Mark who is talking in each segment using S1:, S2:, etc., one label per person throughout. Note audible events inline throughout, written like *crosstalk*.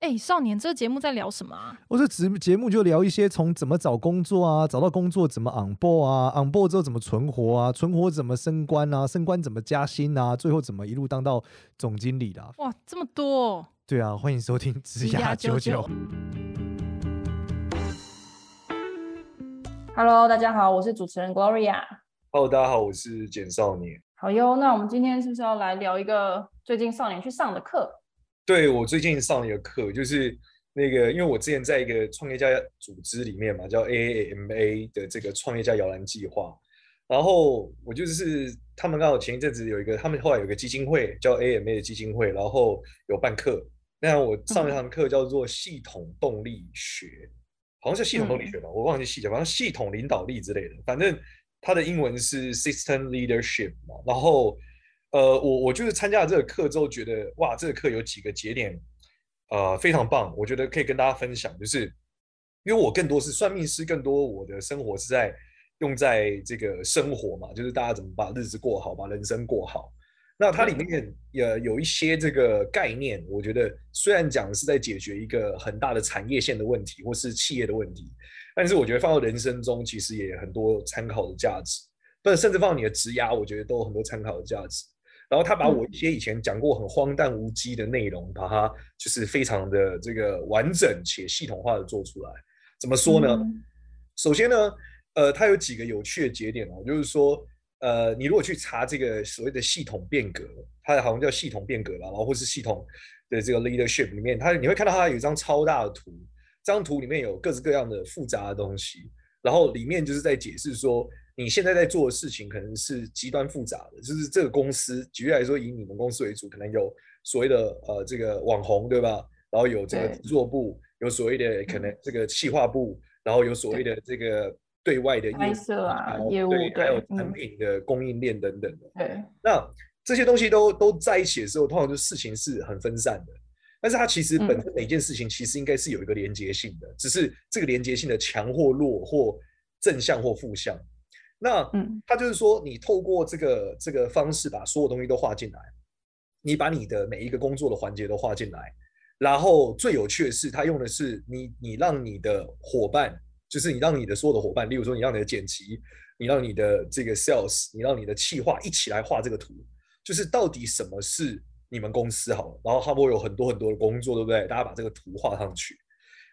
S1: 哎、少年，这个节目在聊什么啊？
S2: 我这节节目就聊一些从怎么找工作啊，找到工作怎么 on board 啊，on board 之后怎么存活啊，存活怎么升官啊，升官怎么加薪啊，最后怎么一路当到总经理啦。
S1: 哇，这么多、哦！
S2: 对啊，欢迎收听《职涯九九》。
S3: Hello，大家好，我是主持人 Gloria。
S4: Hello，大家好，我是简少年。
S3: 好哟，那我们今天是不是要来聊一个最近少年去上的课？
S4: 对我最近上了一个课，就是那个，因为我之前在一个创业家组织里面嘛，叫 AAMA 的这个创业家摇篮计划。然后我就是他们刚好前一阵子有一个，他们后来有个基金会叫 AMA 的基金会，然后有办课。那我上一堂课叫做系统动力学，好像是系统动力学吧，我忘记细节，反正系统领导力之类的，反正它的英文是 System Leadership 嘛。然后呃，我我就是参加了这个课之后，觉得哇，这个课有几个节点，呃，非常棒，我觉得可以跟大家分享。就是因为我更多是算命师，更多我的生活是在用在这个生活嘛，就是大家怎么把日子过好，把人生过好。那它里面也有一些这个概念，我觉得虽然讲是在解决一个很大的产业线的问题，或是企业的问题，但是我觉得放到人生中，其实也很多参考的价值，不是甚至放到你的职涯，我觉得都有很多参考的价值。然后他把我一些以前讲过很荒诞无稽的内容，把它就是非常的这个完整且系统化的做出来。怎么说呢？
S3: 嗯
S4: 首先呢，呃，它有几个有趣的节点哦，就是说，呃，你如果去查这个所谓的系统变革，它好像叫系统变革吧，然后或是系统的这个 leadership 里面，它你会看到它有一张超大的图，这张图里面有各式各样的复杂的东西，然后里面就是在解释说，你现在在做的事情可能是极端复杂的，就是这个公司，举例来说，以你们公司为主，可能有所谓的呃这个网红对吧？然后有这个
S3: 对嗯
S4: 制作部，有所谓的可能这个企划部，然后有所谓的这个对外的业务
S3: 拍摄啊
S4: 然后
S3: 业务
S4: 哎对，还有
S3: 对嗯
S4: 产品的供应链等等的。
S3: 对，
S4: 那这些东西都都在一起的时候，通常就事情是很分散的。但是它其实本身每件事情其实应该是有一个连接性的，只是这个连接性的强或弱或正向或负向。那
S3: 嗯
S4: 它就是说，你透过这个这个方式把所有东西都画进来，你把你的每一个工作的环节都画进来，然后最有趣的是，它用的是你你让你的伙伴，就是你让你的所有的伙伴，例如说你让你的剪辑，你让你的这个 sales，你让你的企划一起来画这个图，就是到底什么是你们公司好了，然后他们会有很多很多的工作，对不对？大家把这个图画上去。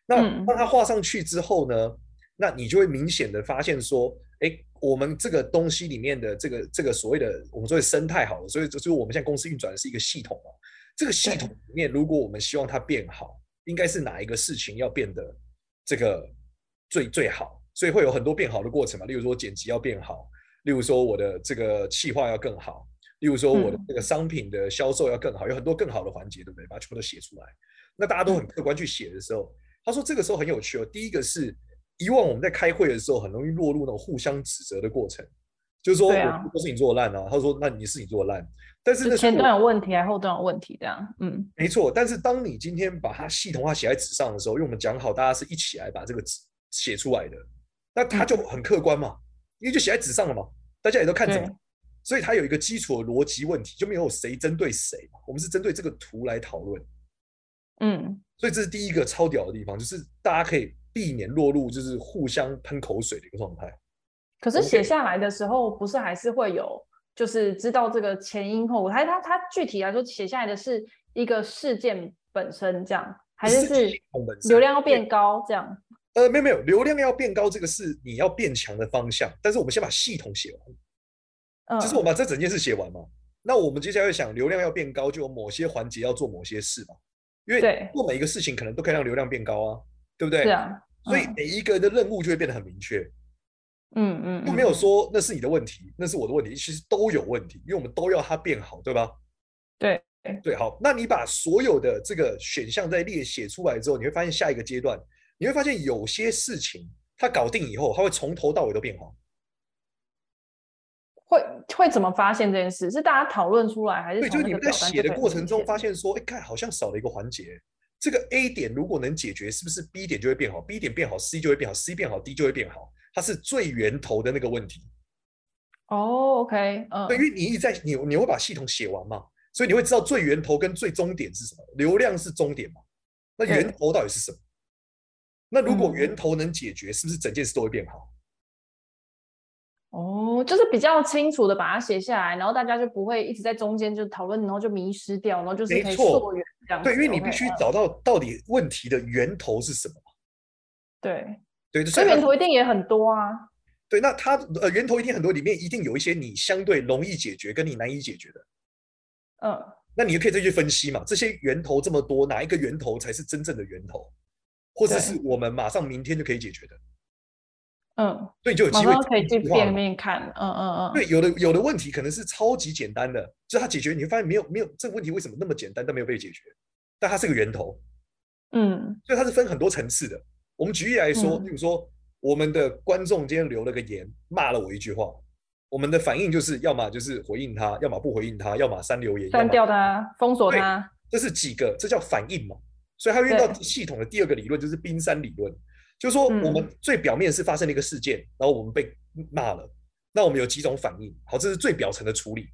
S4: 那
S3: 嗯
S4: 当它画上去之后呢，那你就会明显的发现说，哎，我们这个东西里面的这个这个所谓的我们所谓生态好了，所以就是我们现在公司运转的是一个系统嘛。这个系统里面，如果我们希望它变好，应该是哪一个事情要变得这个最最好？所以会有很多变好的过程嘛，例如说剪辑要变好，例如说我的这个企划要更好，例如说我的
S3: 嗯
S4: 这个商品的销售要更好，有很多更好的环节，对不对？把它全部都写出来。那大家
S3: 嗯
S4: 都很客观去写的时候，他说这个时候很有趣哦。第一个是以往我们在开会的时候，很容易落入那种互相指责的过程，就是说
S3: 对啊
S4: 我都是你做的烂啊，他说那你是你做的烂，但是
S3: 就
S4: 那时候
S3: 前段有问题，还后段有问题，这样，嗯
S4: 没错，但是当你今天把它系统化写在纸上的时候，因为我们讲好大家是一起来把这个纸写出来的，那
S3: 嗯
S4: 它就很客观嘛，因为就写在纸上了嘛，大家也都看着嘛
S3: 对，
S4: 所以它有一个基础的逻辑问题，就没有谁针对谁嘛，我们是针对这个图来讨论，
S3: 嗯，
S4: 所以这是第一个超屌的地方，就是大家可以避免落入就是互相喷口水的一个状态。
S3: 可是写下来的时候，不是还是会有，就是知道这个前因后果。它它它具体来说，写下来的是一个事件本身这样，还是
S4: 不是
S3: 是
S4: 系统本身
S3: 流量要变高这样？
S4: 呃，没有没有，流量要变高，这个是你要变强的方向，但是我们先把系统写完。
S3: 嗯，
S4: 就是我把这整件事写完嘛。那我们接下来会想，流量要变高，就有某些环节要做某些事嘛。因为
S3: 对
S4: 做每一个事情，可能都可以让流量变高啊，对不对？
S3: 是啊，
S4: 所以
S3: 嗯
S4: 每一个人的任务就会变得很明确，
S3: 嗯嗯，
S4: 就
S3: 嗯
S4: 没有说那是你的问题，那是我的问题，其实都有问题，因为我们都要它变好，对吧？
S3: 对
S4: 对，好，那你把所有的这个选项在列写出来之后，你会发现下一个阶段，你会发现有些事情它搞定以后，它会从头到尾都变好。
S3: 会会怎么发现这件事？是大家讨论出来，还是
S4: 对，就是
S3: 从那
S4: 你
S3: 个
S4: 们在
S3: 表单
S4: 写
S3: 就
S4: 的
S3: 可以
S4: 过
S3: 理
S4: 程中
S3: 解
S4: 发现说，哎，看好像少了一个环节。这个 A 点如果能解决，是不是 B 点就会变好？B 点变好，C 就会变好，C 变好，D 就会变好。它是最源头的那个问题。
S3: 哦，OK，嗯，
S4: 对，因为你一直在你你会把系统写完嘛，所以你会知道最源头跟最终点是什么。流量是终点嘛，那
S3: 对
S4: 源头到底是什么？那如果
S3: 嗯
S4: 源头能解决，是不是整件事都会变好？
S3: 哦，就是比较清楚的把它写下来，然后大家就不会一直在中间就讨论，然后就迷失掉，然后就是
S4: 没
S3: 可以
S4: 错
S3: 溯源这样
S4: 对，
S3: 子
S4: 因为你必
S3: OK，
S4: 须
S3: 嗯
S4: 找到到底问题的源头是什么。
S3: 对，
S4: 对，所
S3: 所
S4: 以
S3: 以
S4: 它
S3: 源头一定也很多啊。
S4: 对，那它呃源头一定很多，里面一定有一些你相对容易解决跟你难以解决的，
S3: 嗯，
S4: 那你就可以再去分析嘛，这些源头这么多，哪一个源头才是真正的源头，或者
S3: 对
S4: 是我们马上明天就可以解决的，
S3: 嗯，
S4: 所以就有
S3: 马
S4: 机会
S3: 上可以去
S4: 进化了
S3: 店里面看，嗯嗯嗯，
S4: 对，有的有的问题可能是超级简单的，就它解决，你会发现没有没有这个问题为什么那么简单但没有被解决，但它是个源头，
S3: 嗯
S4: 所以它是分很多层次的。我们举例来说，
S3: 嗯
S4: 比如说我们的观众今天留了个言，骂了我一句话，我们的反应就是要么就是回应他，要么不回应他，要么删留言，要
S3: 删
S4: 么
S3: 掉它，封锁
S4: 对
S3: 它，
S4: 这是几个，这叫反应嘛。所以它会用到
S3: 对
S4: 系统的第二个理论，就是冰山理论，就是说
S3: 嗯
S4: 我们最表面是发生了一个事件，然后我们被骂了，那我们有几种反应，好，这是最表层的处理。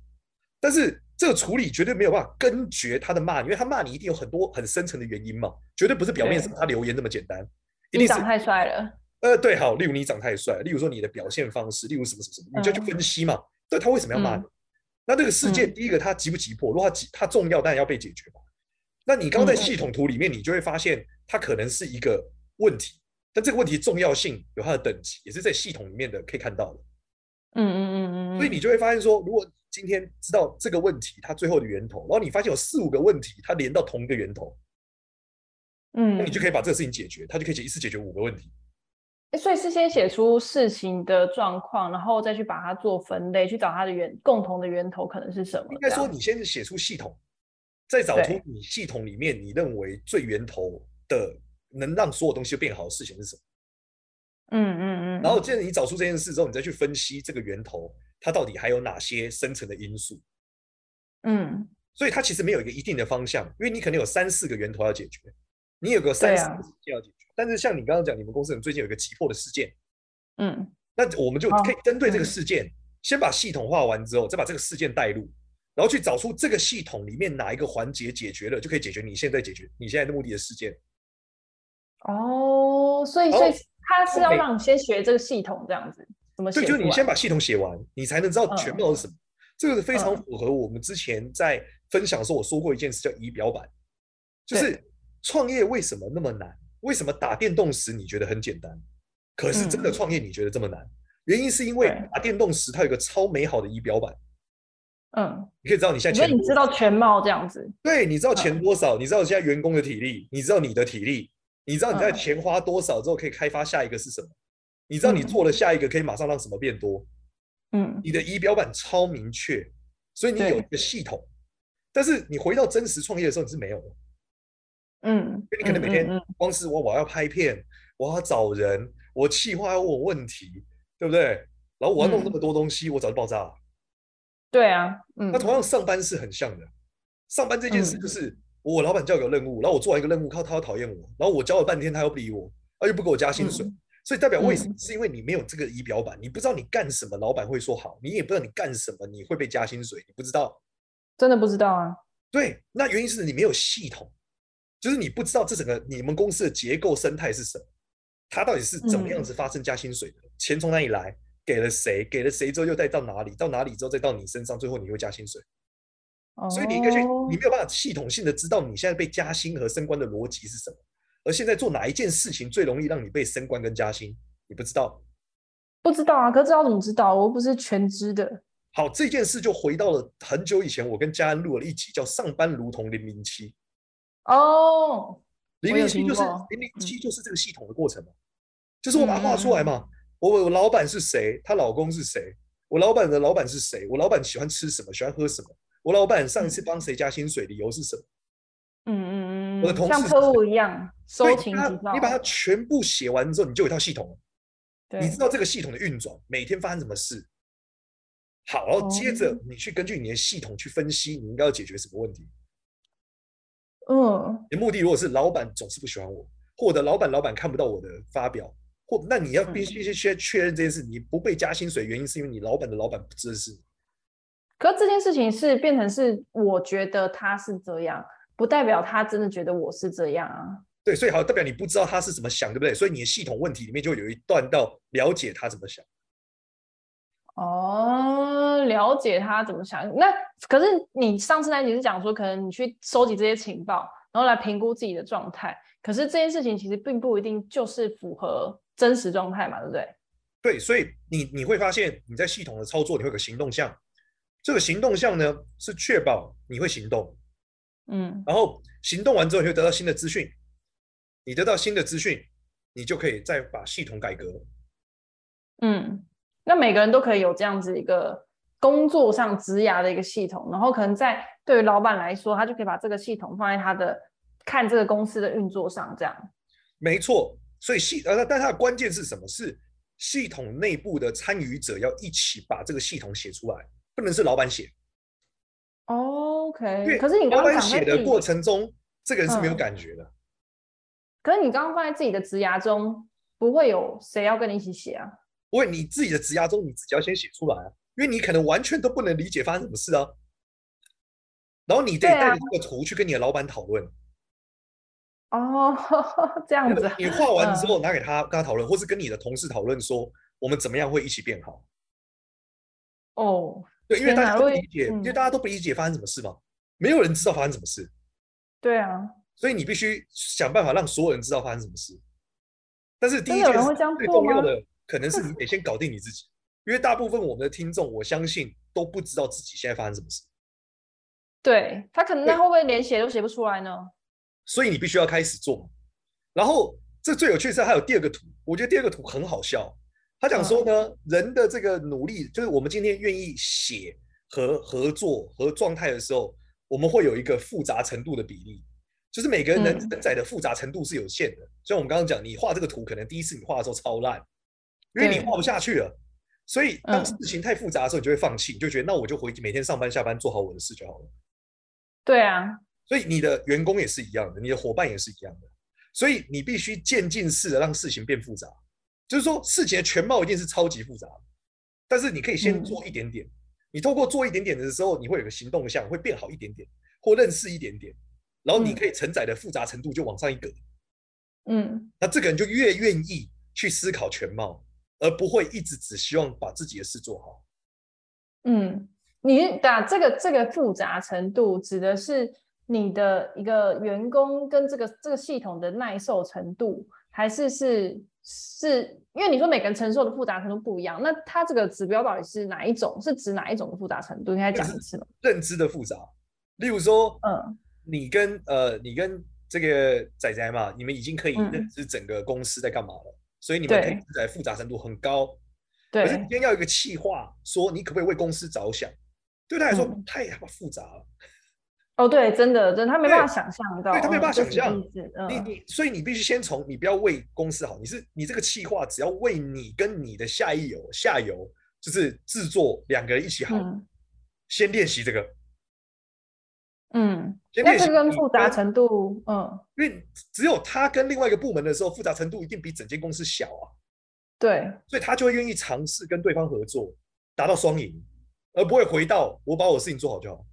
S4: 但是这个处理绝对没有办法根绝他的骂你，因为他骂你一定有很多很深层的原因嘛，绝对不是表面
S3: 对
S4: 上他留言那么简单，一
S3: 你
S4: 定是
S3: 长太帅了，嗯
S4: 呃对，好，例如你长太帅，例如说你的表现方式，例如什么什么什么，你就去
S3: 嗯
S4: 分析嘛，对他为什么要骂你？那这个事件，
S3: 嗯
S4: 第一个它急不急迫？如果它急，它重要，当然要被解决嘛。那你刚刚在
S3: 嗯
S4: 系统图里面，你就会发现它可能是一个问题，但这个问题重要性有它的等级，也是在系统里面的可以看到的。
S3: 嗯嗯嗯嗯，
S4: 所以你就会发现说，如果今天知道这个问题它最后的源头，然后你发现有四五个问题它连到同一个源头，
S3: 嗯，
S4: 那你就可以把这个事情解决，它就可以一次解决五个问题。
S3: 诶所以是先写出事情的状况，然后再去把它做分类，去找它的源共同的源头可能是什么。
S4: 应该
S3: 这
S4: 说，
S3: 样
S4: 你先写出系统，再找出
S3: 对
S4: 你系统里面你认为最源头的能让所有东西变好的事情是什么。
S3: 嗯嗯嗯，
S4: 然后接着你找出这件事之后，你再去分析这个源头，它到底还有哪些深层的因素。
S3: 嗯，
S4: 所以它其实没有一个一定的方向，因为你可能有三四个源头要解决，你有个三
S3: 对
S4: 四
S3: 啊
S4: 个事件要解决。但是像你刚刚讲，你们公司人最近有一个急迫的事件，
S3: 嗯
S4: 那我们就可以针对这个
S3: 嗯
S4: 事件，先把系统化完之后，再把这个事件带入，然后去找出这个系统里面哪一个环节解决了，就可以解决你现在解决你现在的目的的事件。
S3: 嗯，哦，所以
S4: 然
S3: 所以
S4: 后
S3: 它是要
S4: 每
S3: 让你先学这个系统这样子，怎么
S4: 对，
S3: 写
S4: 就
S3: 出
S4: 是
S3: 来？
S4: 你先把系统写完，你才能知道全貌是什么。这个是非常
S3: 嗯
S4: 符合我们之前在分享的时候我说过一件事，叫仪表板，就是
S3: 对
S4: 创业为什么那么难？为什么打电动时你觉得很简单，可是真的
S3: 嗯
S4: 创业你觉得这么难？原因是因为
S3: 对
S4: 打电动时它有一个超美好的仪表板，
S3: 嗯，
S4: 你可以知道你现在
S3: 所
S4: 钱
S3: 以你
S4: 多
S3: 知道全貌这样子，
S4: 对，你知
S3: 嗯
S4: 道钱多少，你知道现在员工的体力，你知道你的体力，你知道你在
S3: 嗯
S4: 钱花多少之后可以开发下一个是什么，你知道你
S3: 嗯
S4: 做了下一个可以马上让什么变多，
S3: 嗯
S4: 你的仪表板超明确，所以你
S3: 对
S4: 有一个系统。但是你回到真实创业的时候，你是没有的，
S3: 嗯，
S4: 因为你可能
S3: 嗯
S4: 每天
S3: 嗯嗯
S4: 光是我我要拍片，我要找人，我企划要问问题，对不对？然后我要弄这
S3: 嗯
S4: 么多东西，我早就爆炸了。
S3: 对啊，嗯
S4: 那，同样上班是很像的，上班这件事
S3: 嗯
S4: 就是我老板交给我任务，然后我做完一个任务，靠他要讨厌我，然后我教了半天他又不理我，啊又不给我加薪水，
S3: 嗯
S4: 所以代表为什么？
S3: 嗯
S4: 是因为你没有这个仪表板，你不知道你干什么老板会说好，你也不知道你干什么你会被加薪水，你不知道。
S3: 真的不知道啊，
S4: 对，那原因是你没有系统，就是你不知道这整个你们公司的结构生态是什么，它到底是怎么样子发生加薪水的，钱从哪里来，给了谁，给了谁之后又带到哪里，到哪里之后再到你身上，最后你会加薪水。
S3: 哦
S4: 所以你应该去，你没有办法系统性的知道你现在被加薪和升官的逻辑是什么，而现在做哪一件事情最容易让你被升官跟加薪，你不知道。
S3: 不知道啊，可是要怎么知道？我又不是全知的。
S4: 好，这件事就回到了很久以前，我跟嘉恩录了一集叫《上班如同零零七》，
S3: 哦，
S4: 零
S3: 我有
S4: 零七
S3: 听
S4: 就是
S3: 过
S4: 零零
S3: 嗯
S4: 七就是这个系统的过程嘛，就是我把它画出来嘛，我我老板是谁，她老公是谁，我老板的老板是谁，我老板喜欢吃什么，喜欢喝什么，我老板上一
S3: 嗯
S4: 次帮谁加薪水，理由是什么。
S3: 嗯嗯嗯，
S4: 我的同
S3: 像
S4: 事是
S3: 特务一样
S4: 对
S3: 收
S4: 你
S3: 情
S4: 把它
S3: 急报，
S4: 你把它全部写完之后，你就有一套系统了。
S3: 对，
S4: 你知道这个系统的运转，每天发生什么事。好，然后接着
S3: 哦
S4: 你去根据你的系统去分析，你应该要解决什么问题。
S3: 嗯
S4: 你的目的如果是老板总是不喜欢我，或者老板老板看不到我的发表，或那你要
S3: 嗯
S4: 必须先先确认这件事，你不被加薪水原因是因为你老板的老板不支持你。
S3: 可这件事情是变成是我觉得他是这样，不代表他真的觉得我是这样啊。
S4: 对，所以好代表你不知道他是怎么想，对不对？所以你的系统问题里面就有一段到了解他怎么想。
S3: 哦，了解他怎么想。那可是你上次那一集是讲说，可能你去收集这些情报，然后来评估自己的状态。可是这件事情其实并不一定就是符合真实状态嘛，对不对？
S4: 对，所以你你会发现你在系统的操作，你会有个行动项，这个行动项呢是确保你会行动，
S3: 嗯，
S4: 然后行动完之后你会得到新的资讯，你得到新的资讯，你就可以再把系统改革。
S3: 嗯，那每个人都可以有这样子一个工作上职涯的一个系统，然后可能在对于老板来说，他就可以把这个系统放在他的看这个公司的运作上，这样。
S4: 没错，所以系呃，但它的关键是什么？是系统内部的参与者要一起把这个系统写出来，不能是老板写，因
S3: OK，
S4: 为
S3: 可是你刚
S4: 哦老板
S3: 刚讲在
S4: 写
S3: 自
S4: 的
S3: 己
S4: 过程中，这个人是没有
S3: 嗯
S4: 感觉的。
S3: 可是你刚刚放在自己的职涯中，不会有谁要跟你一起写啊？
S4: 因为你自己的职涯中，你自己要先写出来啊，因为你可能完全都不能理解发生什么事啊。然后你得
S3: 对
S4: 带
S3: 啊
S4: 着这个图去跟你的老板讨论，
S3: 哦， *laughs* 这样子啊，
S4: 你画完之后拿给他跟他讨论，或是跟你的同事讨论说我们怎么样会一起变好。
S3: *laughs* 哦，
S4: 对，因为
S3: 天
S4: 大
S3: 哪
S4: 家都不
S3: 如果
S4: 理解，因为
S3: 嗯
S4: 大家都不理解发生什么事嘛，没有人知道发生什么事，
S3: 对啊，
S4: 所以你必须想办法让所有人知道发生什么事。但是第一
S3: 真的有
S4: 件
S3: 人
S4: 事
S3: 会这样
S4: 最
S3: 做
S4: 重要
S3: 吗
S4: 的可能是你得先搞定你自己，因为大部分我们的听众，我相信都不知道自己现在发生什么事。
S3: 对他可能
S4: 对
S3: 那会不会连写都写不出来呢？
S4: 所以你必须要开始做嘛。然后这最有趣的是还有第二个图，我觉得第二个图很好笑。他讲说呢，人的这个努力，就是我们今天愿意写和合作和状态的时候，我们会有一个复杂程度的比例，就是每个人能
S3: 嗯
S4: 承载的复杂程度是有限的。像我们刚刚讲，你画这个图，可能第一次你画的时候超烂，因为你
S3: 对
S4: 画不下去了。所以当
S3: 嗯
S4: 事情太复杂的时候，你就会放弃，你就觉得那我就回每天上班下班做好我的事就好了。
S3: 对啊，
S4: 所以你的员工也是一样的，你的伙伴也是一样的，所以你必须渐进式的让事情变复杂，就是说事情的全貌一定是超级复杂的，但是你可以先
S3: 嗯
S4: 做一点点，你透过做一点点的时候，你会有个行动项，会变好一点点，或认识一点点，然后你
S3: 嗯
S4: 可以承载的复杂程度就往上一格，
S3: 嗯，
S4: 那这个人就越愿意去思考全貌，而不会一直只希望把自己的事做好。
S3: 嗯，你打这个这个复杂程度，指的是你的一个员工跟这个这个系统的耐受程度，还是是是因为你说每个人承受的复杂程度不一样，那它这个指标到底是哪一种？是指哪一种的复杂程度？应该
S4: 就
S3: 讲
S4: 是
S3: 一次吗？
S4: 认知的复杂。例如说，
S3: 嗯，
S4: 你跟呃，你跟这个仔仔嘛，你们已经可以
S3: 嗯
S4: 认知整个公司在干嘛了，所以你们可以
S3: 对
S4: 承载复杂程度很高。可是你
S3: 对
S4: 今，天要有一个企划，说你可不可以为公司着想，对他来说
S3: 嗯
S4: 太复杂了。
S3: 哦，对，真的，真的，他没办法
S4: 对
S3: 想象到，
S4: 对他没
S3: 嗯
S4: 办法
S3: 这
S4: 想
S3: 什么
S4: 象
S3: 意思
S4: 你
S3: 嗯，
S4: 你，所以你必须先从你不要为公司好，你是你这个企划只要为你跟你的下一游下游，就是制作两个人一起好，
S3: 嗯
S4: 先练习这个。
S3: 嗯，
S4: 先
S3: 那
S4: 练习
S3: 这跟
S4: 你
S3: 复杂程度，嗯，
S4: 因为只有他跟另外一个部门的时候，复杂程度一定比整间公司小啊。
S3: 对，
S4: 所以他就会愿意尝试跟对方合作，达到双赢，而不会回到我把我的事情做好就好。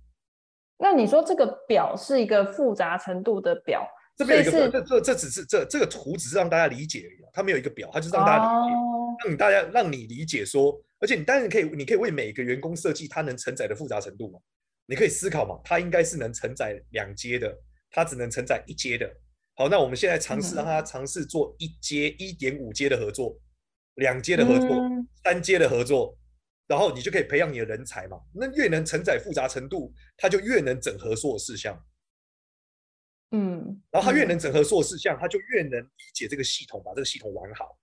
S3: 那你说这个表是一个复杂程度的表，
S4: 这边有一
S3: 所以
S4: 个
S3: 是
S4: 表，这这这只是这这个图只是让大家理解而已啊，它没有一个表，它就是让大家理解，
S3: 哦，
S4: 让你大家让你理解说，而且你当然可以，你可以为每个员工设计他能承载的复杂程度嘛，你可以思考嘛，他应该是能承载两阶的，他只能承载一阶的。好，那我们现在尝试
S3: 嗯
S4: 让他尝试做一阶、一点五阶的合作，两阶的合作，
S3: 嗯
S4: 三阶的合作，然后你就可以培养你的人才嘛。那越能承载复杂程度，他就越能整合所有事项，
S3: 嗯，
S4: 然后他越
S3: 嗯
S4: 能整合所有事项，他就越能理解这个系统，把这个系统玩好。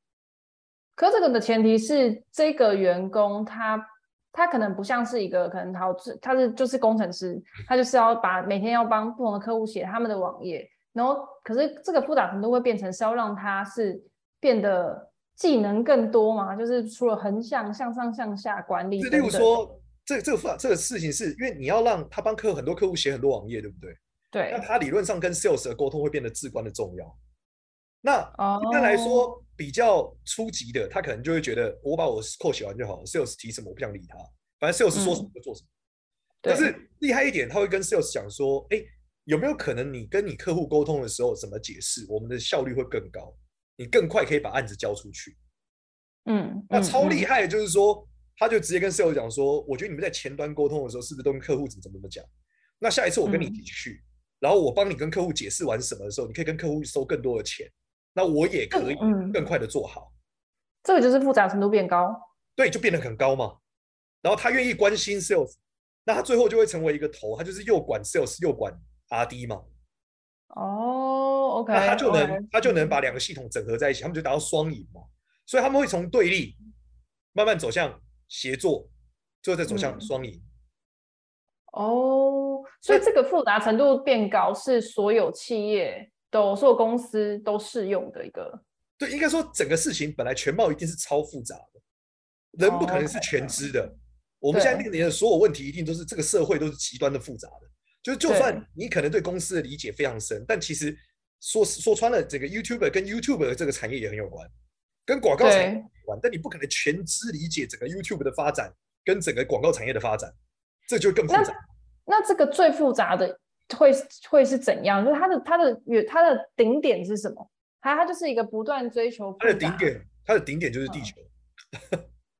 S3: 可这个的前提是，这个员工他他可能不像是一个可能他是他是就是工程师，他就是要把每天要帮不同的客户写他们的网页，然后可是这个复杂程度会变成是要让他是变得技能更多嘛，就是除了横向向上向下管理
S4: 就
S3: 等
S4: 例
S3: 等，
S4: 如说，这这个复杂这个事情是，因为你要让他帮客户很多客户写很多网页，对不对？那
S3: 对
S4: 他理论上跟 sales 的沟通会变得至关的重要。那
S3: 哦，
S4: 一般来说，比较初级的，他可能就会觉得我把我 code 写完就好了，sales 提什么我不想理他，反正 sales 说什么就做什么。
S3: 嗯对，
S4: 但是厉害一点，他会跟 sales 讲说：“哎，有没有可能你跟你客户沟通的时候怎么解释，我们的效率会更高，你更快可以把案子交出去。
S3: 嗯，
S4: 那
S3: 嗯
S4: 超
S3: 嗯
S4: 厉害，就是说，他就直接跟 sales 讲说，我觉得你们在前端沟通的时候，是不是都跟客户怎么怎么怎么讲？那下一次我跟你一
S3: 嗯
S4: 起去，然后我帮你跟客户解释完什么的时候，你可以跟客户收更多的钱，那我也可以
S3: 嗯
S4: 更快的做好，
S3: 这个就是复杂程度变高。
S4: 对，就变得很高嘛。然后他愿意关心 sales，那他最后就会成为一个头，他就是又管 sales 又管 RD 嘛，
S3: 哦，OK，
S4: 那他就
S3: OK
S4: 能他就能把两个系统整合在一起，他们就达到双赢嘛。所以他们会从对立慢慢走向协作，最后再走向
S3: 嗯
S4: 双赢。
S3: 哦，所以这个复杂程度变高是所有企业都、所有公司都适用的一个。
S4: 对，应该说整个事情本来全貌一定是超复杂的，人不
S3: 哦
S4: 可能是全知的。我们现在
S3: 对
S4: 面临的所有问题，一定都是这个社会都是极端的复杂的。就是就
S3: 对
S4: 算你可能对公司的理解非常深，但其实说说穿了，整个 YouTuber 跟 YouTuber 这个产业也很有关，跟广告产业
S3: 对
S4: 也有关，但你不可能全知理解整个 YouTube 的发展跟整个广告产业的发展，这就更复
S3: 那
S4: 杂。
S3: 那这个最复杂的会会是怎样？就是它的它的原它的顶点是什么？它它就是一个不断追求
S4: 它的
S3: 复
S4: 顶
S3: 杂
S4: 点，它的顶点就是地球。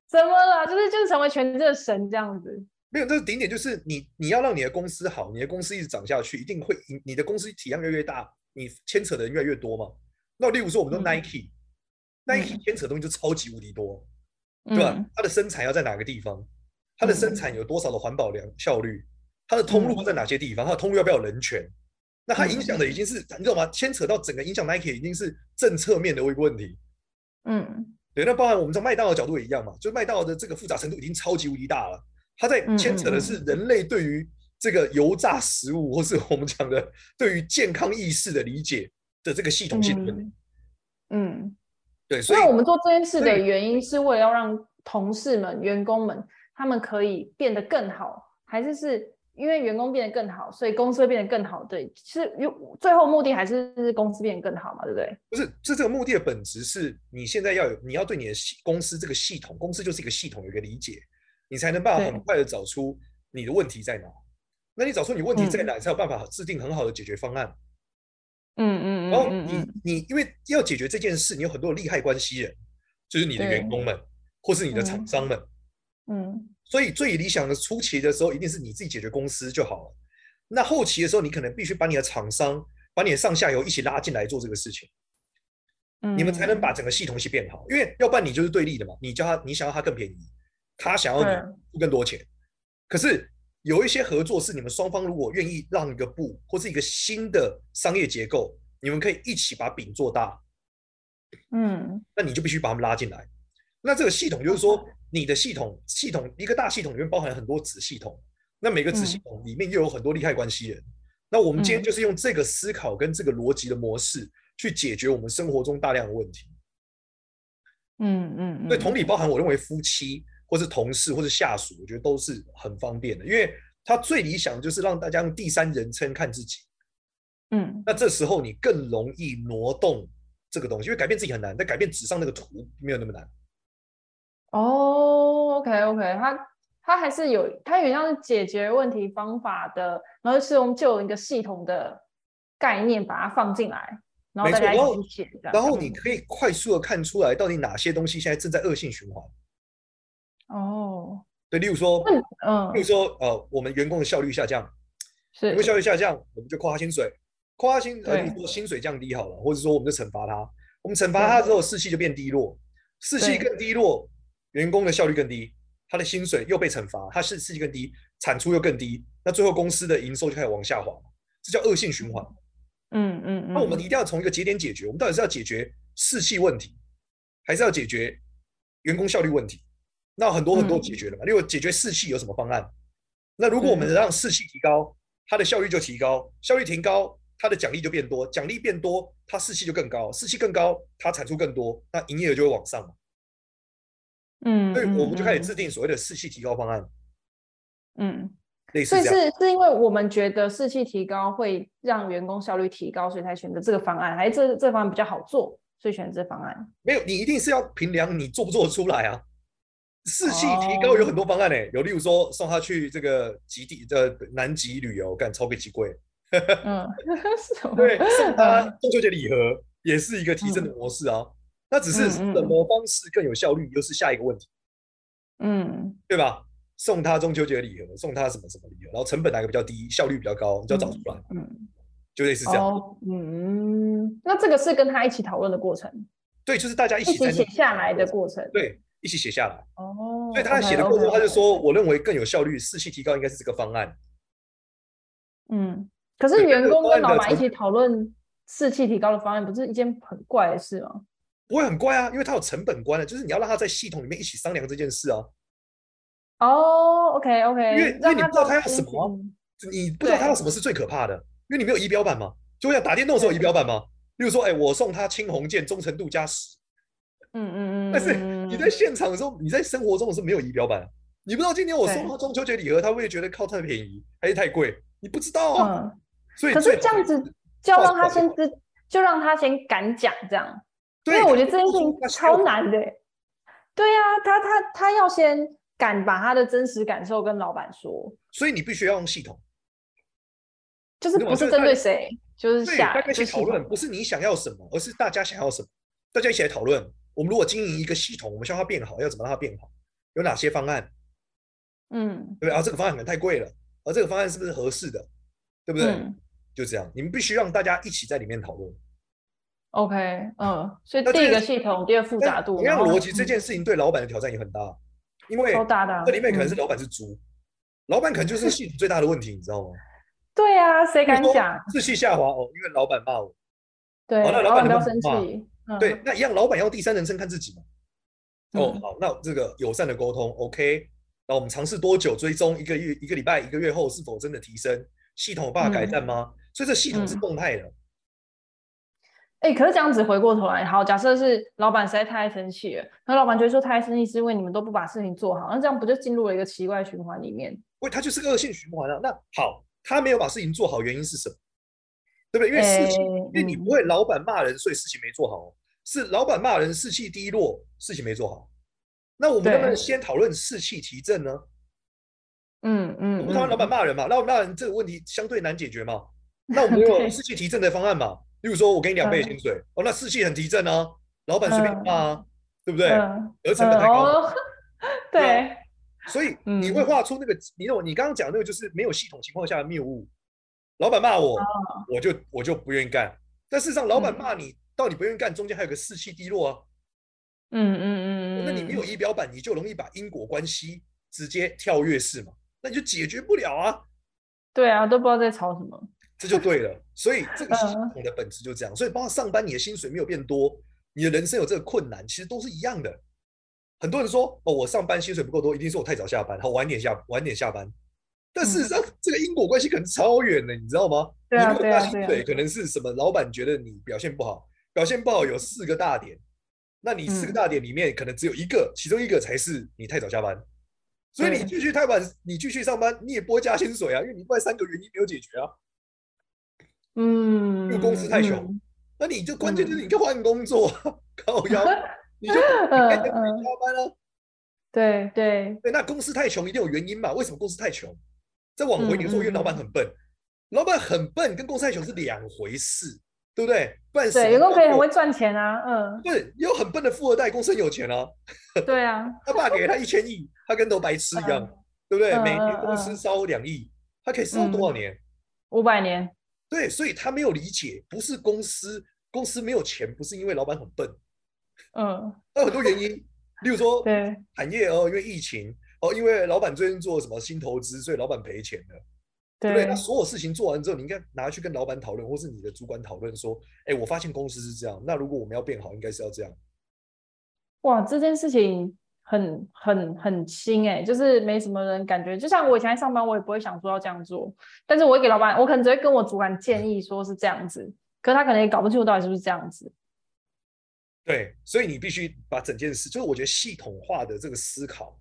S3: 怎么了？就是就是成为全职的神这样子。
S4: 没有，这个顶点就是你，你要让你的公司好，你的公司一直涨下去，一定会你你的公司体量越来越大，你牵扯的人越来越多嘛。那例如说，我们说
S3: 嗯
S4: Nike，Nike、牵扯的东西就超级无敌多，对吧
S3: 嗯，？
S4: 它的生产要在哪个地方？它的生产有多少的环保量效率？它的通
S3: 嗯
S4: 路在哪些地方？它的通路要不要有人权？那它影响的已经是你知道吗？牵扯到整个影响 Nike 已经是政策面的一个问题。
S3: 嗯
S4: 对，那包含我们从麦当劳的角度也一样嘛，就麦当劳的这个复杂程度已经超级无敌大了，它在
S3: 嗯
S4: 牵扯的是人类对于这个油炸食物，或是我们讲的对于健康意识的理解的这个系统性的问题。
S3: 嗯嗯，
S4: 对，所以
S3: 那我们做这件事
S4: 所
S3: 的
S4: 以
S3: 原因是为了要让同事们、员工们他们可以变得更好，还是是因为员工变得更好，所以公司会变得更好？对，是有最后目的还是是公司变得更好嘛？对不对？
S4: 不是这这个目的的本质是你现在要有，你要对你的系公司这个系统，公司就是一个系统有一个理解，你才能办法
S3: 对
S4: 很快的找出你的问题在哪。那你找出你问题在
S3: 嗯
S4: 哪，你才有办法制定很好的解决方案。
S3: 嗯嗯
S4: 然后哦你你因为要解决这件事，你有很多利害关系人，就是你的员
S3: 对
S4: 工们，或是你的厂
S3: 嗯
S4: 商们。
S3: 嗯
S4: 所以最理想的初期的时候，一定是你自己解决公司就好了。那后期的时候，你可能必须把你的厂商、把你的上下游一起拉进来做这个事情，
S3: 嗯，
S4: 你们才能把整个系统一起变好。因为要不然你就是对立的嘛，你叫他，你想要他更便宜，他想要你
S3: 对
S4: 付更多钱。可是有一些合作是你们双方如果愿意让一个步或是一个新的商业结构，你们可以一起把饼做大。
S3: 嗯
S4: 那你就必须把他们拉进来。那这个系统就是说，你的系统系统一个大系统里面包含很多子系统，那每个子系统里面又有很多利害关系人。那我们今天就是用这个思考跟这个逻辑的模式去解决我们生活中大量的问题。
S3: 嗯嗯，
S4: 对，同理包含我认为夫妻或是同事或是下属，我觉得都是很方便的，因为它最理想的就是让大家用第三人称看自己。
S3: 嗯
S4: 那这时候你更容易挪动这个东西，因为改变自己很难，但改变纸上那个图没有那么难。
S3: 哦，OK OK，它它还是有，它有点像是解决问题方法的，然后是用就有一个系统的概念把它放进来，然后
S4: 没
S3: 大
S4: 错
S3: 家一
S4: 然
S3: 起
S4: 后
S3: 去写这样子。
S4: 然后你
S3: 嗯
S4: 可以快速的看出来到底哪些东西现在正在恶性循环。
S3: 哦，
S4: 对，例如说，
S3: 那你
S4: 例
S3: 嗯，
S4: 如说，呃，我们员工的效率下降，员
S3: 是
S4: 工效率下降，我们就扣他薪水，扣他薪，呃，
S3: 对
S4: 例如说薪水降低好了，或者说我们就惩罚他，我们惩罚他之后士气就变低落，士气
S3: 对
S4: 更低落，员工的效率更低，他的薪水又被惩罚，他士士气更低，产出又更低，那最后公司的营收就开始往下滑，这叫恶性循环。
S3: 嗯嗯，
S4: 那我们
S3: 嗯
S4: 一定要从一个节点解决，我们到底是要解决士气问题，还是要解决员工效率问题？那很多很
S3: 嗯
S4: 多解决了嘛。例如解决士气有什么方案？那如果
S3: 嗯
S4: 我们让士气提高，它的效率就提高，效率提高，它的奖励就变多，奖励变多，它士气就更高，士气更高，它产出更多，那营业额就会往上嘛。
S3: 嗯，
S4: 所以我们就开始制
S3: 自
S4: 定所谓的士气提高方案，
S3: 嗯，
S4: 类似
S3: 所以
S4: 这样。
S3: 是是因为我们觉得士气提高会让员工效率提高，所以才选择这个方案，还是这这方案比较好做，所以选择这方案。
S4: 没有，你一定是要评量你做不做得出来啊。士气提高欸有很
S3: 哦
S4: 多方案呢、有例如说送他去这个极地呃南极旅游，干超给极贵， *laughs*
S3: 嗯，什么
S4: 对，送他中秋节礼盒也是一个提升的模式啊。那只是
S3: 嗯嗯
S4: 什么方式更有效率，又是下一个问题，
S3: 嗯
S4: 对吧？送他中秋节礼盒，送他什么什么礼盒，然后成本哪个比较低，效率比较高，你就要找出来，
S3: 嗯，
S4: 就类似这样。
S3: 哦，嗯，那这个是跟他一起讨论的过程，
S4: 对，就是大家一
S3: 一
S4: 起在
S3: 起
S4: 那
S3: 写下来的，过程。
S4: 对，一起写下来。
S3: 哦，
S4: 所以他写的过程，
S3: OK，OK，
S4: 他就说，我认为更有效率，士气提高应该是这个方案。
S3: 嗯，可是
S4: 对
S3: 员
S4: 这个
S3: 工
S4: 方
S3: 跟
S4: 案
S3: 老
S4: 的
S3: 板一
S4: 成
S3: 起讨论士气提高的方案，不是一件很怪的事吗？
S4: 不会很怪啊，因为他有成本观的，就是你要让他在系统里面一起商量这件事啊。
S3: 哦，OK OK，
S4: 因为因为
S3: 让
S4: 你
S3: 他
S4: 不知道
S3: 找
S4: 他要
S3: 出
S4: 什么啊
S3: 嗯
S4: 你不知道他要什么是最可怕的，因为你没有仪表板嘛。就像打电动的时候有仪表板嘛，例如说，哎，我送他青红剑忠诚度加十，
S3: 嗯嗯嗯，
S4: 但是
S3: 嗯
S4: 你在现场的时候，你在生活中的时候没有仪表板啊，你不知道今天我送
S3: 对
S4: 他中秋节礼盒，他会觉得靠太便宜还是太贵，你不知道啊。
S3: 嗯，
S4: 所以
S3: 可
S4: 最
S3: 是这
S4: 好
S3: 样
S4: 的
S3: 子就要
S4: 话
S3: 让他
S4: 术
S3: 先知，就让他先敢讲这样，因
S4: 对
S3: 为我觉得这件
S4: 他
S3: 事
S4: 说
S3: 情
S4: 他需要
S3: 超难的欸。对啊，他他他要先敢把他的真实感受跟老板说，
S4: 所以你必须要用系统，
S3: 就是
S4: 没有
S3: 不
S4: 就是
S3: 针
S4: 他
S3: 对谁，就是
S4: 对，
S3: 下
S4: 大
S3: 来
S4: 家一
S3: 就
S4: 起
S3: 系
S4: 讨论，
S3: 统
S4: 不是你想要什么，而是大家想要什么，大家一起来讨论。我们如果经营一个系统，我们希望它变好，要怎么让它变好？有哪些方案？
S3: 嗯
S4: 对不对？啊，这个方案可能太贵了，而、这个方案是不是合适的？对不对？
S3: 嗯
S4: 就这样，你们必须让大家一起在里面讨论。
S3: ，OK，嗯，所以
S4: 那这
S3: 第一
S4: 件
S3: 个
S4: 事
S3: 系统，第二复杂
S4: 但
S3: 度，
S4: 同
S3: 然
S4: 样的
S3: 后
S4: 逻辑，这
S3: 嗯
S4: 件事情对老板的挑战也很大，因为
S3: 超大的啊，
S4: 这里面可能是
S3: 嗯
S4: 老板是猪，老板可能就是系统最大的问题，你知道
S3: *laughs*
S4: 吗？
S3: 对啊，谁敢
S4: 比如说
S3: 讲？
S4: 士气下滑哦，因为老板骂我。
S3: 对，
S4: 那老
S3: 老
S4: 板
S3: 板不
S4: 能
S3: 要
S4: 不
S3: 生
S4: 骂
S3: 气，嗯
S4: 对，，那一样，老板要第三人称看自己嘛。哦，
S3: 嗯
S4: 好，那这个友善的沟通，OK。那我们尝试多久追踪一个月、一个礼拜、一个月后是否真的提升？系统有办法改善吗？所以这系统是
S3: 嗯
S4: 动态的，
S3: 哎、可是这样子回过头来，好，假设是老板实在太生气了，那老板就会说太生气是因为你们都不把事情做好，那这样不就进入了一个奇怪循环里面？
S4: 喂，它就是个恶性循环啊。那好，他没有把事情做好，原因是什么？对不对？因为事情，
S3: 哎
S4: 因为你不会老板骂人，所以事情没做好哦，是老板骂人，士气低落，事情没做好。那我们能不能
S3: 对
S4: 先讨论士气提振呢？
S3: 嗯
S4: 我
S3: 嗯，
S4: 们讨论老板
S3: 嗯，
S4: 骂人嘛，老板骂人这个问题相对难解决
S3: *laughs*
S4: 嘛。那我们
S3: 对
S4: 有士气提振的方案嘛？例如说，我给你两倍的
S3: 嗯
S4: 薪水，哦，那士气很提振啊，老板随便骂啊，对不对？
S3: 嗯，
S4: 而成本太高了，
S3: 嗯哦
S4: 对啊
S3: 对，
S4: 所以你会
S3: 嗯
S4: 画出那个，你懂？你刚刚讲那个就是没有系统情况下的谬误。老板骂我，我就我就不愿意干。但事实上，老板
S3: 哦嗯
S4: 骂你到你不愿意干，中间还有个士气低落啊。
S3: 嗯嗯嗯，
S4: 那你没
S3: 嗯
S4: 有仪表板，你就容易把因果关系直接跳跃式嘛，那你就解决不了啊。
S3: 对啊，都不知道在吵什么，
S4: 这就对了。所以这个系
S3: 嗯
S4: 统的本质就这样。所以包括上班，你的薪水没有变多，你的人生有这个困难，其实都是一样的。很多人说哦，我上班薪水不够多，一定是我太早下班，好晚点下晚点下班。但事实上，这个因果关系可能超远的，你知道吗？
S3: 嗯对啊
S4: 你没
S3: 对
S4: 有
S3: 啊
S4: 发薪
S3: 对啊
S4: 水，可能是什么老板觉得你表现不好，表现不好有四个大点，那你四个
S3: 嗯
S4: 大点里面可能只有一个，其中一个才是你太早下班。所以你
S3: 对
S4: 继续太晚，你继续上班，你也不会加薪水啊，因为你另外三个原因没有解决啊。
S3: 嗯，
S4: 因为公司太穷
S3: 嗯，
S4: 那你就关键就是你该换工作， *laughs* 靠
S3: *laughs*
S4: 腰，你就
S3: 嗯
S4: 你该
S3: 嗯
S4: 等你加班啊。
S3: 对对，
S4: 对，那公司太穷一定有原因嘛？为什么公司太穷？再往回你说，因为
S3: 嗯嗯
S4: 老板很笨，老板很笨跟公司太穷是两回事，对不对？不然什么
S3: 对，员工
S4: 叫
S3: 可以很
S4: 做
S3: 会赚钱啊，嗯，
S4: 不是也有很笨的富二代，公司很有钱啊，
S3: 对啊，
S4: 他爸给他一千亿，他跟头白痴一样，对不对？
S3: 嗯
S4: 每年
S3: 嗯
S4: 公司
S3: 嗯
S4: 烧两亿，他可以烧多少年？
S3: 五百年，
S4: 对，所以他没有理解，不是公司公司没有钱，不是因为老板很笨，
S3: 嗯，
S4: 那有很多原因，例如说
S3: 对，
S4: 产业哦，因为疫情哦，因为老板最近做什么新投资，所以老板赔钱了，对不对？
S3: 对
S4: 那，所有事情做完之后，你应该拿去跟老板讨论，或是你的主管讨论说，哎，我发现公司是这样，那如果我们要变好，应该是要这样。
S3: 哇，这件事情很很很新哎、就是没什么人感觉。就像我以前在上班，我也不会想说要这样做，但是我会给老板，我可能只会跟我主管建议说是这样子，可是他可能也搞不清楚到底是不是这样子。
S4: 对，所以你必须把整件事，就是我觉得系统化的这个思考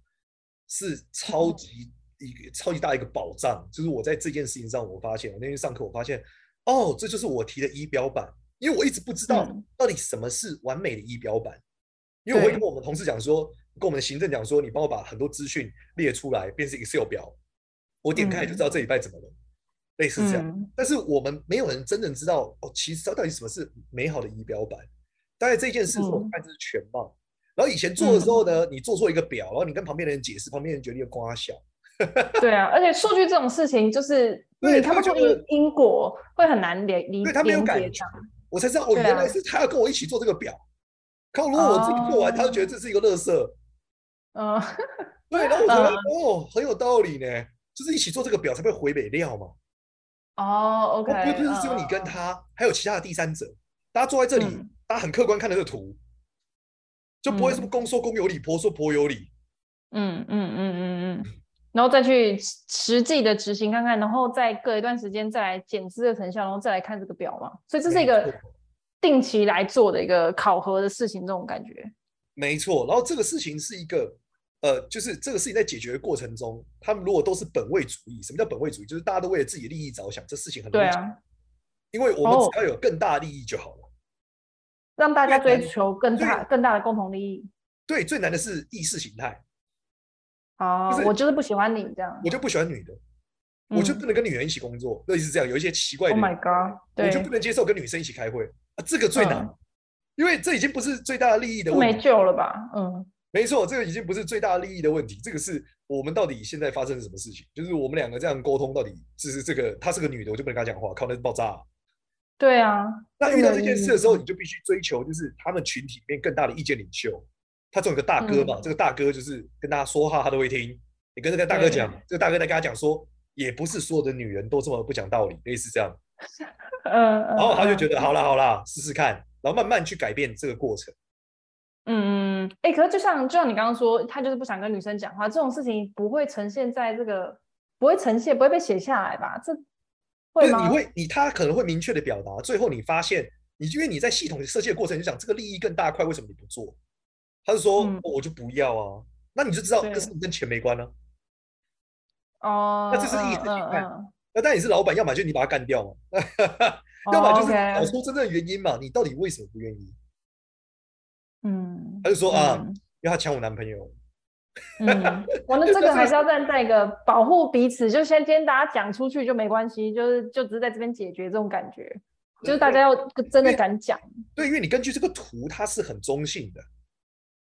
S4: 是超级一个超级大一个保障。就是我在这件事情上，我发现我那天上课，我发现哦，这就是我提的仪表板，因为我一直不知道
S3: 嗯
S4: 到底什么是完美的仪表板。因为我会跟我们同事讲说，跟我们行政讲说，你帮我把很多资讯列出来，变成 Excel 表，我点开就知道这礼拜怎么了。类似这样。
S3: 嗯
S4: 但是我们没有人真正知道哦，其实到底什么是美好的仪表板。大概这件事我
S3: 嗯
S4: 看是全貌。然后以前做的时候呢，你做错一个表，然后你跟旁边的人解释，旁边人觉得你有瓜小。
S3: 对啊，而且数据这种事情就是嗯
S4: 对
S3: 你
S4: 他
S3: 看不
S4: 会
S3: 出
S4: 觉得
S3: 因因果，会很难连理
S4: 对他没有
S3: 连
S4: 感
S3: 接
S4: 觉
S3: 上。
S4: 我才知道哦，
S3: 对啊
S4: 原来是他要跟我一起做这个表。靠，如果我自己做完，
S3: 哦
S4: 他就觉得这是一个垃圾。
S3: 嗯，
S4: 对，然后我觉得、哦，很有道理呢，就是一起做这个表才不会回北料嘛。 *laughs*
S3: 哦，OK，
S4: 哦，不不是只有你跟他，还有其他的第三者，大家坐在这里，
S3: 嗯
S4: 大家很客观看这个图，就不会
S3: 嗯
S4: 说公说公有理，婆说婆有理。
S3: 嗯嗯嗯嗯嗯，然后再去实实际的执行看看，然后再隔一段时间再来检视这个成效，然后再来看这个表嘛。所以这是一
S4: 没
S3: 个
S4: 错
S3: 定期来做的一个考核的事情，这种感觉。
S4: 没错，然后这个事情是一个，呃，就是这个事情在解决的过程中，他们如果都是本位主义，什么叫本位主义？就是大家都为了自己的利益着想，这事情很容
S3: 对
S4: 易解决，
S3: 啊，
S4: 因为我们
S3: 哦
S4: 只要有更大的利益就好了。
S3: 让大家
S4: 对
S3: 追求更
S4: 对
S3: 大更大的共同利益。
S4: 对，最难的是意识形态，
S3: 哦
S4: 就，是
S3: 我就是不喜欢你这样。
S4: 我就不喜欢女的，我就
S3: 嗯
S4: 不能跟女人一起工作，类似这样，有一些奇怪
S3: Oh
S4: 的
S3: my god！
S4: 我就
S3: 对
S4: 不，能接受跟女生一起开会啊，这个最难，
S3: 嗯
S4: 因为这已经不是最大的利益的
S3: 这
S4: 问
S3: 没
S4: 题。
S3: 救了吧？嗯
S4: 没错，这个已经不是最大的利益的问题，这个是我们到底现在发生了什么事情？就是我们两个这样沟通，到底就是这个她是个女的，我就不能跟她讲话，靠，那是爆炸啊、
S3: 对啊，
S4: 那遇到这件事的时候，
S3: 嗯
S4: 你就必须追求就是他们群体里面更大的意见领袖。他总有个大哥嘛，
S3: 嗯
S4: 这个大哥就是跟大家说话他都会听。你跟这个大哥讲
S3: 对，
S4: 这个大哥在跟他讲说，也不是所有的女人都这么不讲道理，类似这样。
S3: 嗯，然
S4: 然哦后他就觉得好啦好啦，试试看，然后慢慢去改变这个过程。
S3: 嗯，哎、可是就像就像你刚刚说，他就是不想跟女生讲话，这种事情不会呈现在这个，不会呈现，不会被写下来吧？这
S4: 就
S3: 会
S4: 是
S3: 吗？
S4: 你会你他可能会明确的表达，最后你发现你因为你在系统设计的过程，你就想这个利益更大块，为什么你不做？他就说、
S3: 嗯
S4: 哦我就不要啊，那你就知道
S3: 对
S4: 这事情跟钱没关了、啊。
S3: 哦，
S4: 那这是意识
S3: 嗯
S4: 形
S3: 嗯
S4: 态
S3: 嗯，
S4: 那但你是老板，要么就你把他干掉嘛， *laughs*
S3: 哦
S4: 要么就是
S3: OK
S4: 找出真正的原因嘛，你到底为什么不愿意？
S3: 嗯，
S4: 他就说啊
S3: 嗯
S4: 因为他抢我男朋友。 *laughs*
S3: 嗯，我那这
S4: 就是
S3: 个还是要站在一个保护彼此，就先今天大家讲出去就没关系，就是就只是在这边解决这种感觉，就是大家要真的敢讲，
S4: 对，因为你根据这个图，它是很中性的，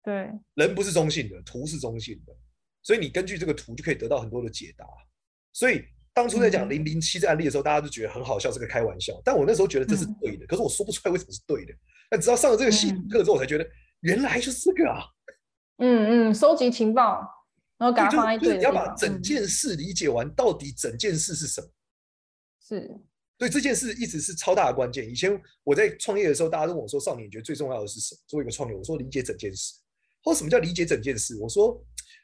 S3: 对，
S4: 人不是中性的，图是中性的，所以你根据这个图就可以得到很多的解答。所以当初在讲
S3: 嗯
S4: 零零七这案例的时候，大家就觉得很好笑，是个开玩笑。但我那时候觉得这是
S3: 嗯
S4: 对的，可是我说不出来为什么是对的。但直到上了这个系统
S3: 嗯
S4: 课之后，我才觉得原来就是这个啊！
S3: 嗯嗯，收集情报，然后给
S4: 对
S3: 它
S4: 就是
S3: 放在
S4: 就是
S3: 对
S4: 你
S3: 的
S4: 要
S3: 地
S4: 把
S3: 方
S4: 整
S3: 嗯
S4: 件事理解完，到底整件事是什么？
S3: 是，
S4: 对这件事一直是超大的关键。以前我在创业的时候，大家都问我说：“少年，你觉得最重要的是什么？”做一个创业，我说理解整件事。或什么叫理解整件事？我说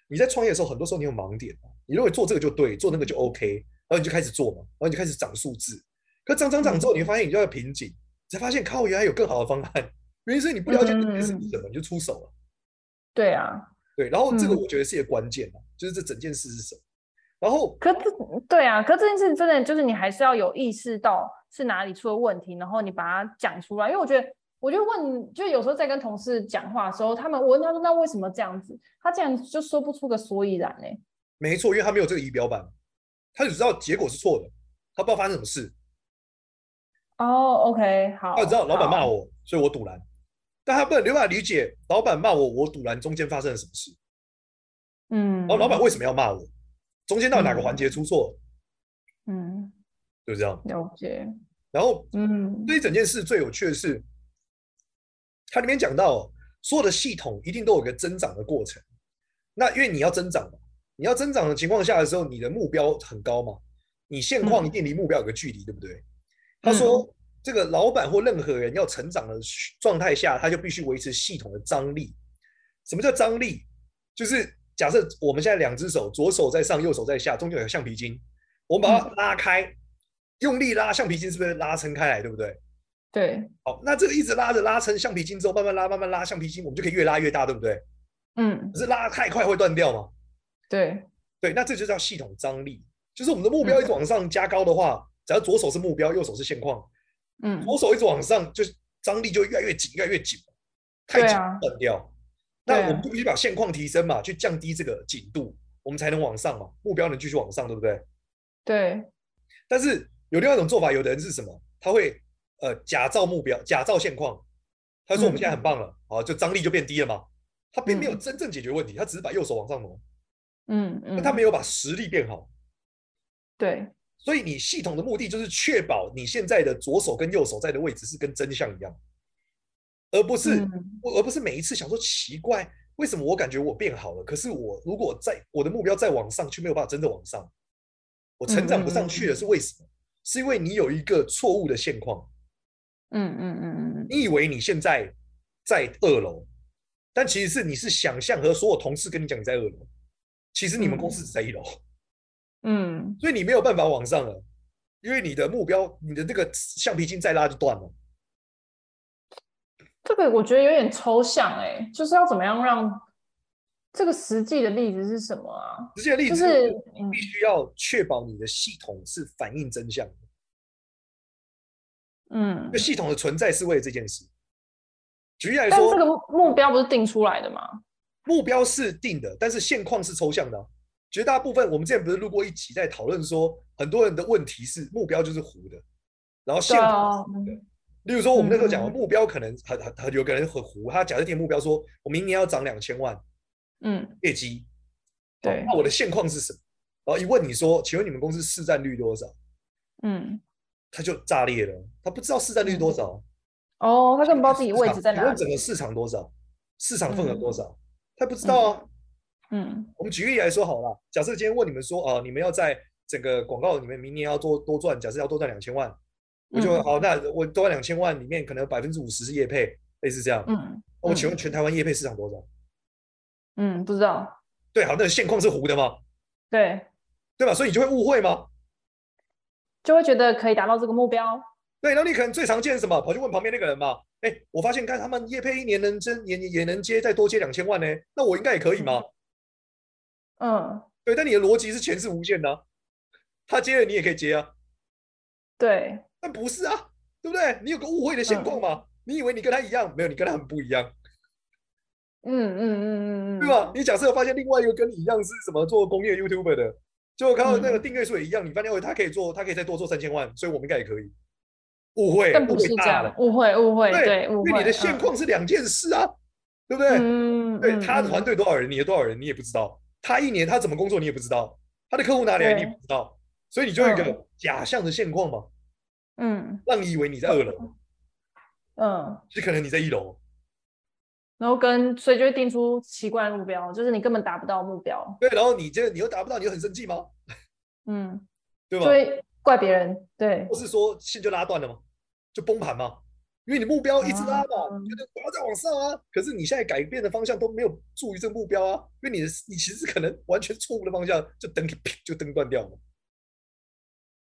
S4: 你在创业的时候，很多时候你有盲点嘛，你认为做这个就对，做那个就 OK，然后你就开始做嘛，然后你就开始涨数字。可涨涨涨之后，你会发现你就要瓶颈，你才发现靠，原来有更好的方案。原因是你不了解这件事是什么，你就出手了。
S3: 对啊，
S4: 对，然后这个
S3: 嗯
S4: 我觉得是一个关键啊，就是这整件事是什么。然后
S3: 可这对啊，可这件事真的就是你还是要有意识到是哪里出了问题，然后你把它讲出来。因为我觉得，我就问，就有时候在跟同事讲话的时候，他们我问他说那为什么这样子，他竟然就说不出个所以然呢、欸
S4: 没错，因为他没有这个仪表板，他只知道结果是错的，他不知道发生什么事。
S3: 哦，OK，好，
S4: 他知道老板骂
S3: 好，
S4: 我，所以我堵拦，但他不能没办法理解老板骂我，我堵拦中间发生了什么事，
S3: 嗯，
S4: 然哦后老板为什么要骂我，中间到底哪个环节出错，
S3: 嗯，
S4: 就这样。
S3: 了解，
S4: 然后
S3: 嗯，
S4: 对于整件事最有趣的是，它里面讲到所有的系统一定都有个增长的过程，那因为你要增长嘛，你要增长的情况下的时候，你的目标很高嘛，你现况一定离目标有个距离，对不对？他说。这个老板或任何人要成长的状态下，他就必须维持系统的张力。什么叫张力？就是假设我们现在两只手，左手在上，右手在下，中间有个橡皮筋，我们把它拉开，用力拉橡皮筋，是不是拉撑开来，对不对？
S3: 对，
S4: 好，那这个一直拉着拉撑橡皮筋之后，慢慢拉，慢慢拉橡皮筋，我们就可以越拉越大，对不对？
S3: 嗯，
S4: 可是拉太快会断掉嘛？
S3: 对，
S4: 对，那这就叫系统张力，就是我们的目标一直往上加高的话，只要左手是目标，右手是现况，
S3: 嗯，
S4: 左手一直往上，就是张力就越来越紧，越来越紧，太
S3: 对
S4: 紧
S3: 啊
S4: 断掉。
S3: 对
S4: 那
S3: 啊
S4: 我们就必须把现况提升嘛，去降低这个紧度，我们才能往上嘛，目标能继续往上，对不对？
S3: 对，
S4: 但是有另外一种做法，有的人是什么？他会呃假造目标，假造现况。他说我们现在很棒了，啊，就张力就变低了嘛。他并没有
S3: 嗯
S4: 真正解决问题，他只是把右手往上挪，
S3: 嗯嗯，
S4: 但他没有把实力变好。
S3: 对，
S4: 所以你系统的目的就是确保你现在的左手跟右手在的位置是跟真相一样，而不是、
S3: 嗯
S4: 我而不是每一次想说奇怪，为什么我感觉我变好了，可是我如果在我的目标再往上，却没有办法真的往上，我成长不上去了，是为什么？是因为你有一个错误的现况，
S3: 嗯嗯嗯嗯
S4: 你以为你现在在二楼，但其实是你是想象和所有同事跟你讲你在二楼，其实你们公司只在一楼，
S3: 嗯
S4: 所以你没有办法往上了，因为你的目标，你的那个橡皮筋再拉就断了。
S3: 这个我觉得有点抽象哎、就是要怎么样让这个实际的例子是什么啊？
S4: 直接的例
S3: 就
S4: 子
S3: 是嗯
S4: 必须要确保你的系统是反映真相的，
S3: 嗯
S4: 就，系统的存在是为了这件事。举例来
S3: 但这个
S4: 说，
S3: 目目标不是定出来的吗？
S4: 目标是定的，但是现况是抽象的啊、绝大部分我们之前不是录过一集在讨论说，很多人的问题是目标就是糊的，然后现
S3: 对
S4: 况
S3: 啊，嗯
S4: 例如说，我们那时候讲
S3: 嗯
S4: 目标可能很很很有个人很糊，他假设定目标说，我明年要涨两千万
S3: 嗯，
S4: 业绩，
S3: 对
S4: 那，我的现况是什么？然后一问你说，请问你们公司市占率多少？
S3: 嗯，
S4: 他就炸裂了，啊他不知道市占率多少，啊
S3: 哦，他根本不知道自己
S4: 市
S3: 位
S4: 场
S3: 置在
S4: 请
S3: 哪
S4: 问整
S3: 里。
S4: 个市场多少？市场份额多少？他不知道啊。
S3: 嗯
S4: 我们举例来说好了，假设今天问你们说，啊，你们要在整个广告里面明年要多多赚，假设要多赚两千万，我就
S3: 嗯
S4: 好，那我多赚两千万里面可能百分之五十是业配，类似这样。
S3: 嗯
S4: 我请问
S3: 嗯
S4: 全台湾业配市场多少？
S3: 嗯，不知道，
S4: 对，好，那个现况是糊的嘛，
S3: 对，
S4: 对吧？所以你就会误会嘛。
S3: 就会觉得可以达到这个目标。
S4: 对，然后你可能最常见是什么？跑去问旁边那个人嘛，哎，我发现看他们业配一年能真也也能接，再多接两千万呢，那我应该也可以嘛。
S3: 嗯，
S4: 对，但你的逻辑是钱是无限的啊、他接了你也可以接啊，
S3: 对，
S4: 但不是啊，对不对？你有个误会的
S3: 嗯
S4: 现况嘛，你以为你跟他一样，没有，你跟他很不一样，
S3: 嗯嗯嗯嗯嗯，
S4: 对吧？？你假设发现另外一个跟你一样是什么做工业 YouTuber 的，结果看到那个
S3: 嗯
S4: 订阅数也一样，你发现哦，他可以做，他可以再多做三千万，所以我们应该也可以。误会，
S3: 但不
S4: 误会
S3: 是这
S4: 大了
S3: 样，误会误会，
S4: 对，
S3: 对，误
S4: 因为
S3: 会。嗯
S4: 你的现况是两件事啊，对不对？
S3: 嗯，嗯，
S4: 对
S3: 嗯
S4: 他的团，
S3: 嗯
S4: 队多少人，你的多少人，你也不知道。他一年他怎么工作，你也不知道。他的客户哪里来，你也
S3: 对
S4: 不知道。所以你就有一个
S3: 嗯
S4: 假象的现况嘛，
S3: 嗯
S4: 让你以为你在二楼，
S3: 嗯。
S4: 其实可能你在一楼。
S3: 然后跟所以就会定出奇怪的目标，就是你根本达不到目标，
S4: 对，然后你这你又达不到，你又很生气吗？
S3: 嗯，
S4: 对
S3: 就
S4: 吧？
S3: 会怪别人，对
S4: 或是说线就拉断了吗？就崩盘嘛？因为你目标一直拉嘛，
S3: 啊
S4: 你觉得我要再往上啊，可是你现在改变的方向都没有助于这个目标啊，因为你的你其实可能完全错误的方向，就灯就灯断掉了。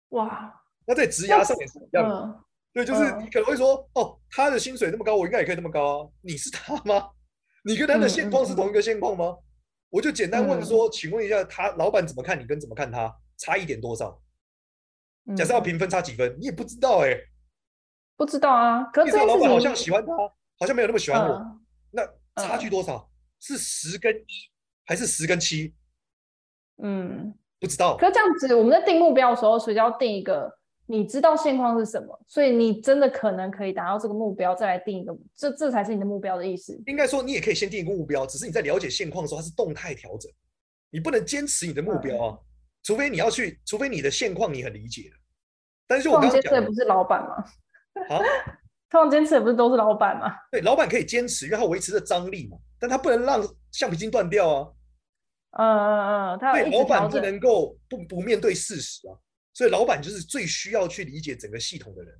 S3: 哇，
S4: 那在职涯上也是一样的，
S3: 嗯
S4: 对，就是
S3: 嗯
S4: 你可能会说，哦，他的薪水那么高，我应该也可以那么高啊。你是他吗？ *laughs* 你跟他的
S3: 嗯
S4: 现
S3: 嗯
S4: 况是同一个现况吗？我就简单问
S3: 嗯
S4: 说，请问一下，他老板怎么看你，跟怎么看他差一点多少？
S3: 嗯
S4: 假设要评分差几分，你也不知道哎、欸。
S3: 不知道啊，可
S4: 至
S3: 是
S4: 少
S3: 这
S4: 老
S3: 件
S4: 板好
S3: 事
S4: 像
S3: 情
S4: 喜欢他，好像没有那么喜欢我，
S3: 嗯
S4: 那差距多少？是十跟一还是十跟七？
S3: 嗯，
S4: 不知道
S3: 可。是这样子我们在定目标的时候，所以就要定一个你知道现况是什么，所以你真的可能可以达到这个目标，再来定一个，这这才是你的目标的意思，
S4: 应该说你也可以先定一个目标，只是你在了解现况的时候，它是动态调整，你不能坚持你的
S3: 嗯
S4: 目标啊，除非你要去，除非你的现况你很理解的。但是就我
S3: 通
S4: 刚刚
S3: 常
S4: 讲
S3: 监测
S4: 的
S3: 不是老板吗？ *laughs*
S4: 啊，
S3: 通常监测不是都是老板吗？
S4: 对，老板可以坚持，因为他维持着张力嘛，但他不能让橡皮筋断掉啊。
S3: 嗯嗯嗯，他要
S4: 对，
S3: 一直
S4: 老板
S3: 调
S4: 不
S3: 整，
S4: 能够不不面对事实啊，所以老板就是最需要去理解整个系统的人。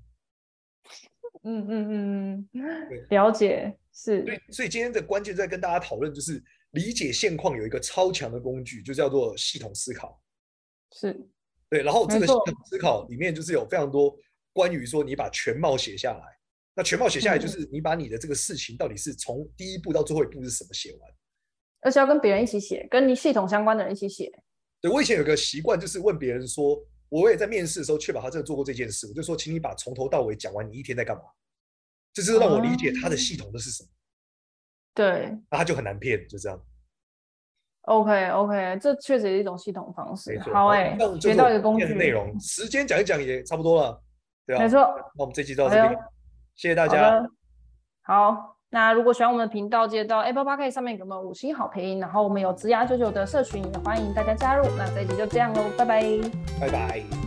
S3: 嗯嗯嗯
S4: 对
S3: 嗯，了解是，
S4: 所以，所以今天的关键在跟大家讨论，就是理解现况有一个超强的工具，就叫做系统思考。
S3: 是，
S4: 对，然后这
S3: 没
S4: 个系
S3: 错
S4: 统思考里面就是有非常多关于说你把全貌写下来。那全貌写下来就
S3: 嗯
S4: 是你把你的这个事情到底是从第一步到最后一步是什么写完。
S3: 而且要跟别人一起写，跟你系统相关的人一起写。
S4: 对我以前有个习惯，就是问别人说，我也在面试的时候确保他真的做过这件事，我就说，请你把从头到尾讲完你一天在干嘛，就是让我理解他的系统的是什么，
S3: 对，
S4: 那他就很难骗，就这样。
S3: OK OK，这确实也是一种系统方式
S4: 没。错。
S3: 好哎、
S4: 那这
S3: 学
S4: 是
S3: 到
S4: 我
S3: 一个
S4: 们今
S3: 工
S4: 天
S3: 具
S4: 的内。容，时间讲一讲也差不多了，对啊。
S3: 没错，
S4: 那我们这期到
S3: 好
S4: 这边
S3: 哟，
S4: 谢谢大
S3: 好
S4: 家
S3: 的，，好。那如果喜欢我们的频道，记得到 Apple Podcast 上面给我们五星好评，然后我们有职涯九九的社群，也欢迎大家加入。那这一集就这样喽，拜拜。
S4: 拜拜。